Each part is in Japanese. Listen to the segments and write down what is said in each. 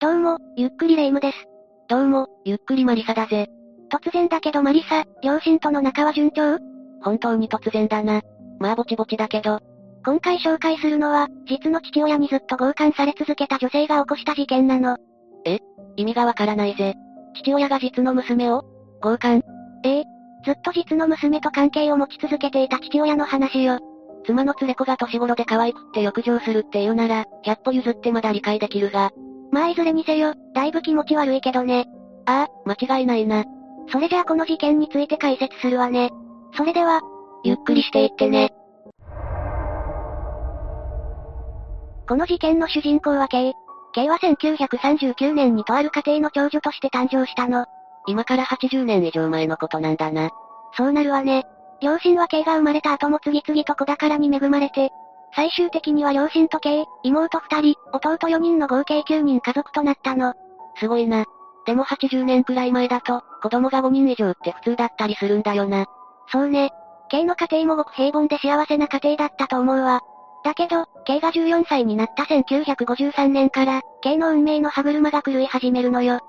どうも、ゆっくりレ夢ムです。どうも、ゆっくりマリサだぜ。突然だけどマリサ、両親との仲は順調本当に突然だな。まあぼちぼちだけど、今回紹介するのは、実の父親にずっと強姦され続けた女性が起こした事件なの。意味がわからないぜ。父親が実の娘を強姦。ずっと実の娘と関係を持ち続けていた父親の話よ。妻の連れ子が年頃で可愛くって浴場するっていうなら、百歩譲ってまだ理解できるが、まあいずれにせよ、だいぶ気持ち悪いけどね。ああ、間違いないな。それじゃあこの事件について解説するわね。それでは、ゆっくりしていってね。この事件の主人公は K。K は1939年にとある家庭の長女として誕生したの。今から80年以上前のことなんだな。そうなるわね。両親は K が生まれた後も次々と子宝に恵まれて、最終的には両親と K、妹2人、弟4人の合計9人家族となったの。すごいな。でも80年くらい前だと、子供が5人以上って普通だったりするんだよな。そうね。K の家庭もごく平凡で幸せな家庭だったと思うわ。だけど、K が14歳になった1953年から、K の運命の歯車が狂い始めるのよ。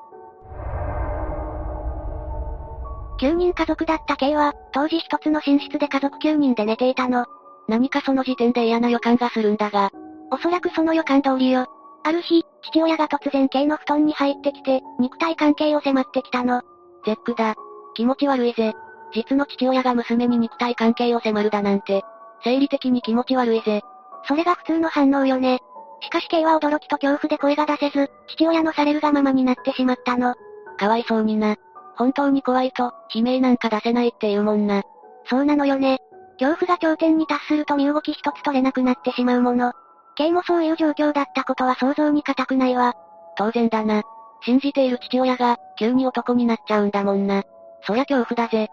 9人家族だった K は、当時一つの寝室で家族9人で寝ていたの。何かその時点で嫌な予感がするんだが、おそらくその予感通りよ。ある日、父親が突然 K の布団に入ってきて、肉体関係を迫ってきたの。ゼックだ。気持ち悪いぜ。実の父親が娘に肉体関係を迫るだなんて、生理的に気持ち悪いぜ。それが普通の反応よね。しかし K は驚きと恐怖で声が出せず、父親のされるがままになってしまったの。かわいそうにな。本当に怖いと、悲鳴なんか出せないっていうもんな。そうなのよね。恐怖が頂点に達すると身動き一つ取れなくなってしまうもの。K もそういう状況だったことは想像に難くないわ。当然だな。信じている父親が、急に男になっちゃうんだもんな。そりゃ恐怖だぜ。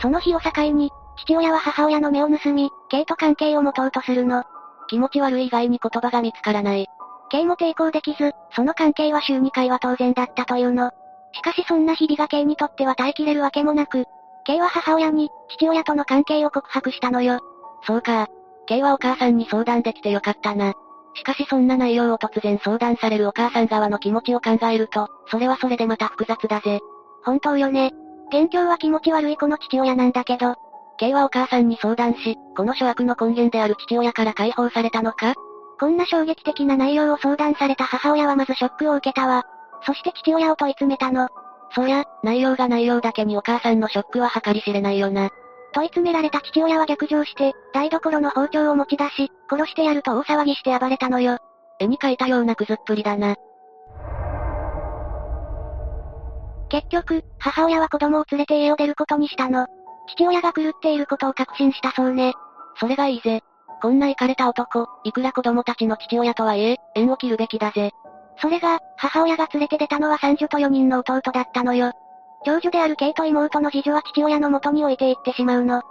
その日を境に、父親は母親の目を盗み、K と関係を持とうとするの。気持ち悪い以外に言葉が見つからない。 K も抵抗できず、その関係は週2回は当然だったというの。しかしそんな日々が K にとっては耐えきれるわけもなく、K は母親に、父親との関係を告白したのよ。そうか。K はお母さんに相談できてよかったな。しかしそんな内容を突然相談されるお母さん側の気持ちを考えると、それはそれでまた複雑だぜ。本当よね。元凶は気持ち悪いこの父親なんだけど、 K はお母さんに相談し、この諸悪の根源である父親から解放されたのかこんな衝撃的な内容を相談された母親はまずショックを受けたわ。そして父親を問い詰めたの。そりゃ、内容が内容だけにお母さんのショックは計り知れないよな。問い詰められた父親は逆上して、台所の包丁を持ち出し、殺してやると大騒ぎして暴れたのよ。絵に描いたようなクズっぷりだな。結局、母親は子供を連れて家を出ることにしたの。父親が狂っていることを確信したそうね。それがいいぜ。こんなイかれた男、いくら子供たちの父親とはいえ、縁を切るべきだぜ。それが、母親が連れて出たのは三女と四人の弟だったのよ。長女である K と妹の次女は父親の元に置いていってしまうの。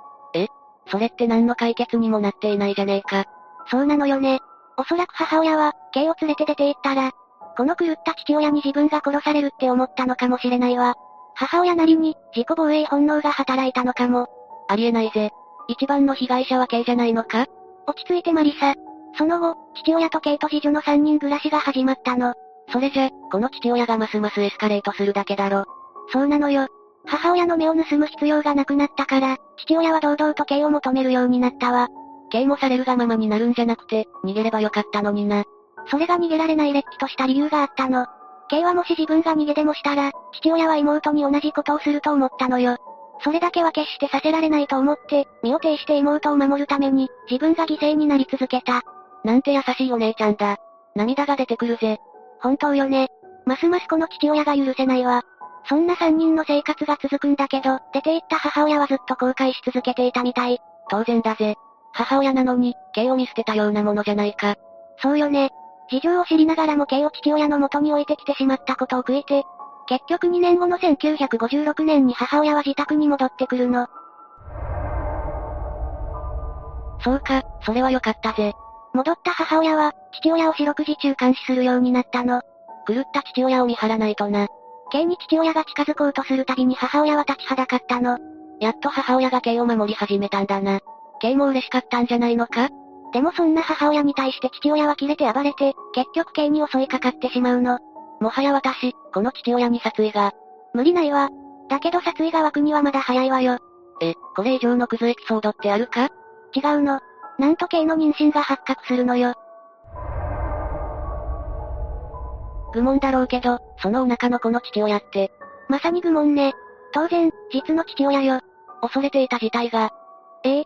それって何の解決にもなっていないじゃねえか。そうなのよね。おそらく母親は、K を連れて出て行ったら、この狂った父親に自分が殺されるって思ったのかもしれないわ。母親なりに、自己防衛本能が働いたのかも。ありえないぜ。一番の被害者は K じゃないのか落ち着いてマリサ。その後、父親と K と次女の3人暮らしが始まったの。それじゃ、この父親がますますエスカレートするだけだろ。そうなのよ。母親の目を盗む必要がなくなったから、父親は堂々と K を求めるようになったわ。刑もされるがままになるんじゃなくて、逃げればよかったのにな。それが逃げられないれっきとした理由があったの。K はもし自分が逃げでもしたら、父親は妹に同じことをすると思ったのよ。それだけは決してさせられないと思って、身を挺して妹を守るために、自分が犠牲になり続けた。なんて優しいお姉ちゃんだ。涙が出てくるぜ。本当よね。ますますこの父親が許せないわ。そんな3人の生活が続くんだけど、出て行った母親はずっと後悔し続けていたみたい。当然だぜ。母親なのに、刑を見捨てたようなものじゃないか。そうよね。事情を知りながらも K を父親の元に置いてきてしまったことを悔いて、結局2年後の1956年に母親は自宅に戻ってくるの。そうか、それはよかったぜ。戻った母親は、父親を四六時中監視するようになったの。狂った父親を見張らないとな。 K に父親が近づこうとするたびに母親は立ちはだかったの。やっと母親が刑を守り始めたんだな。刑も嬉しかったんじゃないのかでもそんな母親に対して父親はキレて暴れて、結局 K に襲いかかってしまうの。もはや私、この父親に殺意が。無理ないわ。だけど殺意が湧くにはまだ早いわよ。え、これ以上のクズエピソードってあるか違うの。なんと K の妊娠が発覚するのよ。愚問だろうけど、そのお腹の子の父親って。まさに愚問ね。当然、実の父親よ。恐れていた事態が。ええ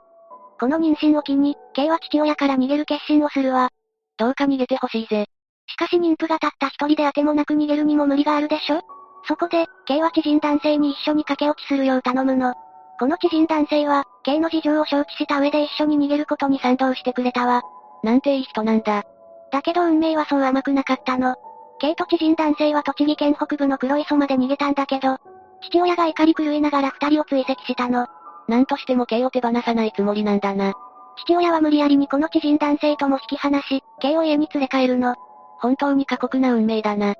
この妊娠を機に、K は父親から逃げる決心をするわ。どうか逃げてほしいぜ。しかし妊婦がたった一人で当てもなく逃げるにも無理があるでしょそこで、K は知人男性に一緒に駆け落ちするよう頼むの。この知人男性は、K の事情を承知した上で一緒に逃げることに賛同してくれたわ。なんていい人なんだ。だけど運命はそう甘くなかったの。K と知人男性は栃木県北部の黒磯まで逃げたんだけど、父親が怒り狂いながら二人を追跡したの。なんとしても K を手放さないつもりなんだな。父親は無理やりにこの知人男性とも引き離し、K を家に連れ帰るの。本当に過酷な運命だな。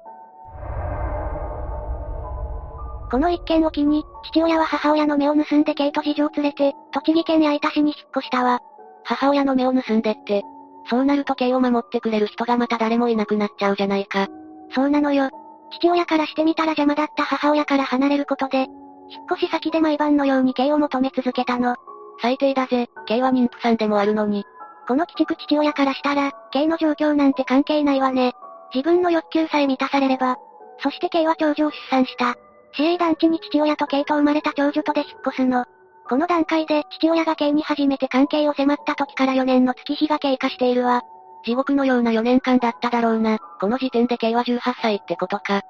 この一件を機に、父親は母親の目を盗んで K と事情を連れて、栃木県矢板市に引っ越したわ。母親の目を盗んでって。そうなると K を守ってくれる人がまた誰もいなくなっちゃうじゃないか。そうなのよ。父親からしてみたら邪魔だった母親から離れることで、引っ越し先で毎晩のように K を求め続けたの。最低だぜ、K は妊婦さんでもあるのに。この鬼畜父親からしたら、K の状況なんて関係ないわね。自分の欲求さえ満たされれば。そして K は長女を出産した。市営団地に父親と K と生まれた長女とで引っ越すの。この段階で父親が K に初めて関係を迫った時から4年の月日が経過しているわ。地獄のような4年間だっただろうな。この時点で K は18歳ってことか。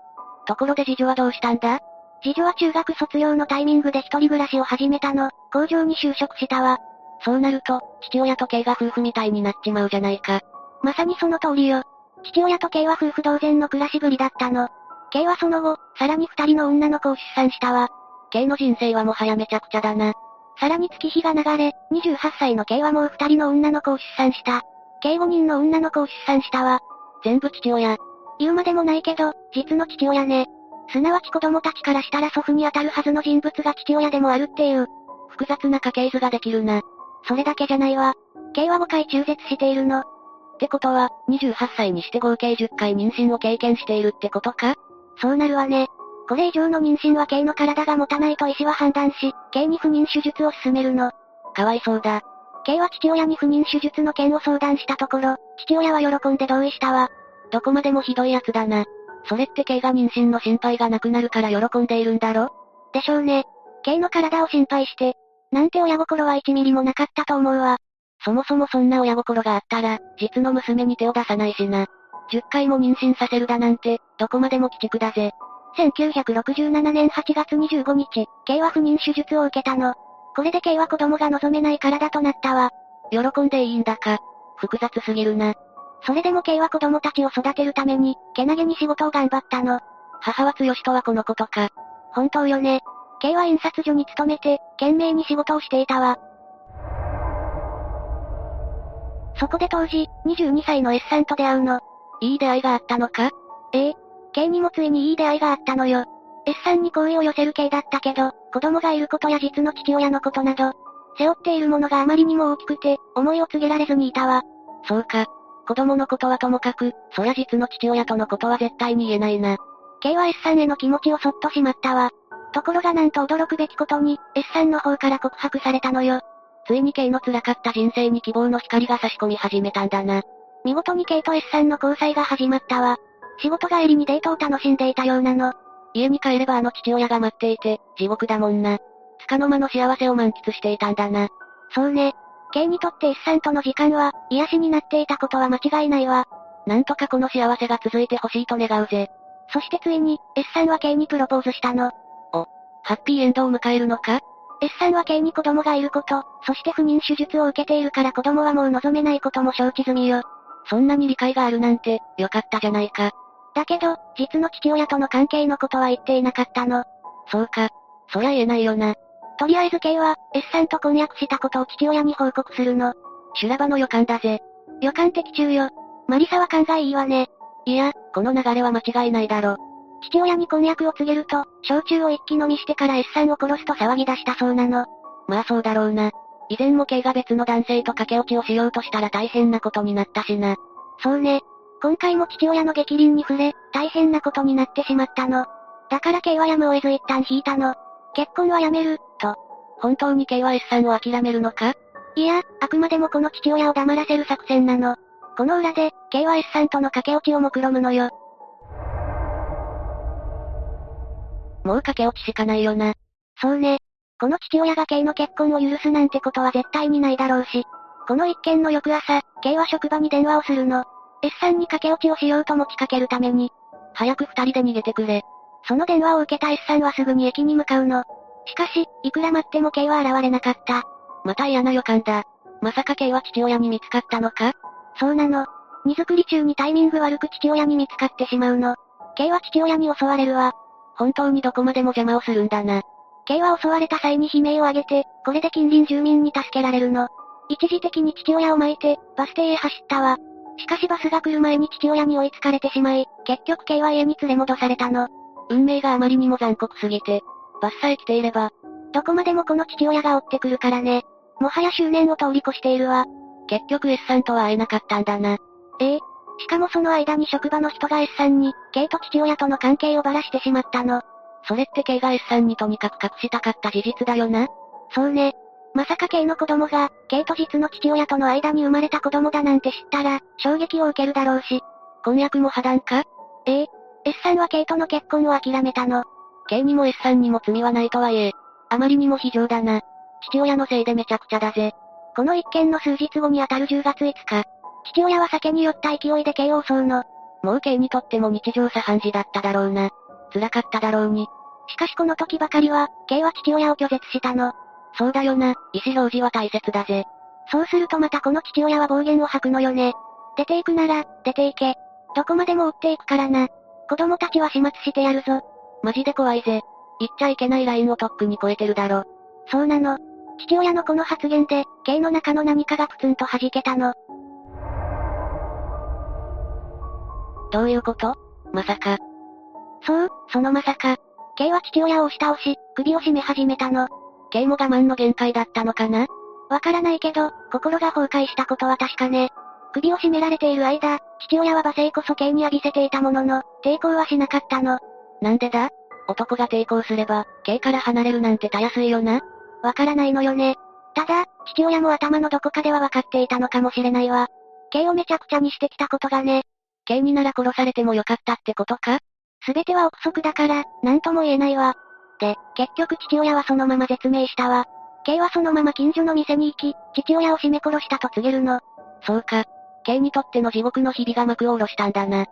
ところで次女はどうしたんだ次女は中学卒業のタイミングで一人暮らしを始めたの。工場に就職したわ。そうなると、父親と K が夫婦みたいになっちまうじゃないか。まさにその通りよ。父親と K は夫婦同然の暮らしぶりだったの。K はその後、さらに二人の女の子を出産したわ。 K の人生はもはやめちゃくちゃだな。さらに月日が流れ、28歳の K はもう二人の女の子を出産した。計5人の女の子を出産したわ。全部父親。言うまでもないけど、実の父親ね。すなわち子供たちからしたら祖父に当たるはずの人物が父親でもあるっていう。複雑な家系図ができるな。それだけじゃないわ。K は5回中絶しているの。ってことは、28歳にして合計10回妊娠を経験しているってことかそうなるわね。これ以上の妊娠は K の体が持たないと医師は判断し、K に不妊手術を勧めるの。かわいそうだ。 K は父親に不妊手術の件を相談したところ、父親は喜んで同意したわ。どこまでもひどいやつだな。それって K が妊娠の心配がなくなるから喜んでいるんだろでしょうね。K の体を心配して、なんて親心は1ミリもなかったと思うわ。そもそもそんな親心があったら、実の娘に手を出さないしな。10回も妊娠させるだなんて、どこまでも鬼畜だぜ。 1967年8月25日、K は不妊手術を受けたの。これで K は子供が望めない体となったわ。喜んでいいんだか。複雑すぎるな。それでも K は子供たちを育てるために、けなげに仕事を頑張ったの。母は強しとはこのことか。本当よね。K は印刷所に勤めて、懸命に仕事をしていたわ。そこで当時、22歳の S さんと出会うの。いい出会いがあったのかええ。K にもついにいい出会いがあったのよ。S さんに好意を寄せる K だったけど、子供がいることや実の父親のことなど、背負っているものがあまりにも大きくて、思いを告げられずにいたわ。そうか。子供のことはともかく、そりゃ実の父親とのことは絶対に言えないな。 K は S さんへの気持ちをそっとしまったわ。ところがなんと驚くべきことに、S さんの方から告白されたのよ。ついに K の辛かった人生に希望の光が差し込み始めたんだな。見事に K と S さんの交際が始まったわ。仕事帰りにデートを楽しんでいたようなの。家に帰ればあの父親が待っていて、地獄だもんな。束の間の幸せを満喫していたんだな。そうね。K にとって S さんとの時間は、癒しになっていたことは間違いないわ。なんとかこの幸せが続いてほしいと願うぜ。そしてついに、S さんは K にプロポーズしたの。お、ハッピーエンドを迎えるのか ?S さんは K に子供がいること、そして不妊手術を受けているから子供はもう望めないことも承知済みよ。そんなに理解があるなんて、よかったじゃないか。だけど、実の父親との関係のことは言っていなかったの。そうか。そりゃ言えないよな。とりあえず K は、S さんと婚約したことを父親に報告するの。修羅場の予感だぜ。予感的中よ。マリサは勘がいいわね。いや、この流れは間違いないだろ。父親に婚約を告げると、焼酎を一気飲みしてから S さんを殺すと騒ぎ出したそうなの。まあそうだろうな。以前も K が別の男性と駆け落ちをしようとしたら大変なことになったしな。そうね。今回も父親の逆鱗に触れ、大変なことになってしまったの。だから K はやむを得ず一旦引いたの。結婚はやめる、と。本当に K は S さんを諦めるのかいや、あくまでもこの父親を黙らせる作戦なの。この裏で、K は S さんとの駆け落ちを目論むのよ。もう駆け落ちしかないよな。そうね。この父親が K の結婚を許すなんてことは絶対にないだろうし。この一件の翌朝、K は職場に電話をするの。S さんに駆け落ちをしようと持ちかけるために。早く二人で逃げてくれ。その電話を受けた S さんはすぐに駅に向かうの。しかし、いくら待っても K は現れなかった。また嫌な予感だ。まさか K は父親に見つかったのかそうなの。荷造り中にタイミング悪く父親に見つかってしまうの。K は父親に襲われるわ。本当にどこまでも邪魔をするんだな。 K は襲われた際に悲鳴を上げて、これで近隣住民に助けられるの。一時的に父親を巻いて、バス停へ走ったわ。しかしバスが来る前に父親に追いつかれてしまい、結局 K は家に連れ戻されたの。運命があまりにも残酷すぎて、バスさえ来ていれば、どこまでもこの父親が追ってくるからね。もはや執念を通り越しているわ。結局 S さんとは会えなかったんだな。ええ。しかもその間に職場の人が S さんに、K と父親との関係をばらしてしまったの。それって K が S さんにとにかく隠したかった事実だよな。そうね。まさか K の子供が、K と実の父親との間に生まれた子供だなんて知ったら、衝撃を受けるだろうし。婚約も破談かええ。S さんは K との結婚を諦めたの。 K にも S さんにも罪はないとはいえ、あまりにも非情だな。父親のせいでめちゃくちゃだぜ。この一件の数日後にあたる10月5日、父親は酒に酔った勢いで K を襲うの。もう K にとっても日常茶飯事だっただろうな。辛かっただろうに。しかしこの時ばかりは、K は父親を拒絶したの。そうだよな、意思表示は大切だぜ。そうするとまたこの父親は暴言を吐くのよね。出ていくなら、出ていけ。どこまでも追っていくからな。子供たちは始末してやるぞ。マジで怖いぜ。言っちゃいけないラインをとっくに超えてるだろ。そうなの。父親のこの発言で、K の中の何かがプツンと弾けたの。どういうことまさか。そう、そのまさか。K は父親を押し倒し、首を絞め始めたの。 K も我慢の限界だったのかなわからないけど、心が崩壊したことは確かね。首を絞められている間、父親は罵声こそ K に浴びせていたものの、抵抗はしなかったの。なんでだ男が抵抗すれば、K から離れるなんてたやすいよな。わからないのよね。ただ、父親も頭のどこかではわかっていたのかもしれないわ。K をめちゃくちゃにしてきたことがね。 K になら殺されてもよかったってことかすべては憶測だから、なんとも言えないわ。で、結局父親はそのまま絶命したわ。K はそのまま近所の店に行き、父親を絞め殺したと告げるの。そうか。K にとっての地獄の日々が幕を下ろしたんだな。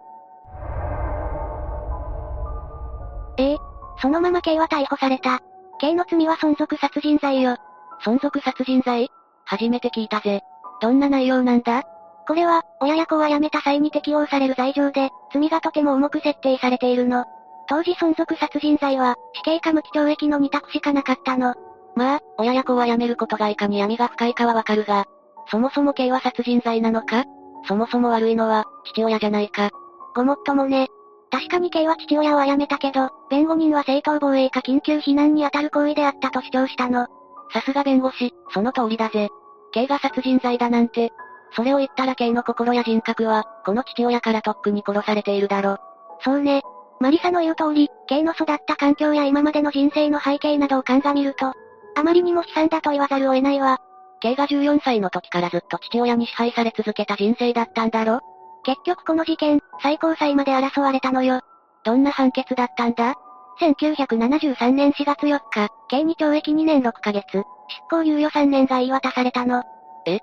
ええ、そのまま K は逮捕された。K の罪は存続殺人罪よ。存続殺人罪初めて聞いたぜ。どんな内容なんだこれは、親や子は辞めた際に適用される罪状で、罪がとても重く設定されているの。当時存続殺人罪は、死刑か無期懲役の2択しかなかったの。まあ、親や子は辞めることがいかに闇が深いかはわかるが、そもそも刑は殺人罪なのかそもそも悪いのは、父親じゃないか。ごもっともね。確かに刑は父親を殺めたけど、弁護人は正当防衛か緊急避難に当たる行為であったと主張したの。さすが弁護士、その通りだぜ。刑が殺人罪だなんて、それを言ったら K の心や人格は、この父親からとっくに殺されているだろ。そうね。マリサの言う通り、K の育った環境や今までの人生の背景などを鑑みると、あまりにも悲惨だと言わざるを得ないわ。 K が14歳の時からずっと父親に支配され続けた人生だったんだろ結局この事件、最高裁まで争われたのよ。どんな判決だったんだ ?1973 年4月4日、K に懲役2年6ヶ月、執行猶予3年が言い渡されたの。えっ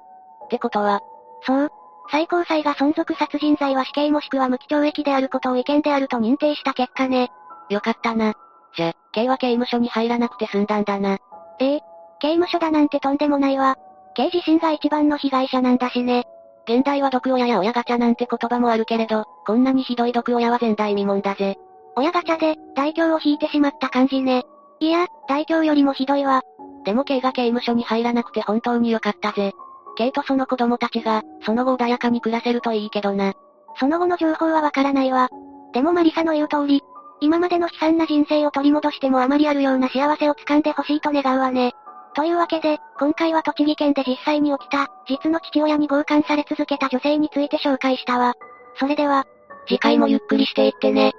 てことは、そう。最高裁が存続殺人罪は死刑もしくは無期懲役であることを違憲であると認定した結果ね。よかったな。じゃ、K は刑務所に入らなくて済んだんだな。ええ。刑務所だなんてとんでもないわ。K 自身が一番の被害者なんだしね。現代は毒親や親ガチャなんて言葉もあるけれど、こんなにひどい毒親は前代未聞だぜ。親ガチャで、大凶を引いてしまった感じね。いや、大凶よりもひどいわ。でも K が刑務所に入らなくて本当によかったぜ。K とその子供たちが、その後穏やかに暮らせるといいけどな。その後の情報はわからないわ。でもマリサの言う通り、今までの悲惨な人生を取り戻してもあまりあるような幸せを掴んでほしいと願うわね。というわけで、今回は栃木県で実際に起きた、実の父親に強姦され続けた女性について紹介したわ。それでは、次回もゆっくりしていってね。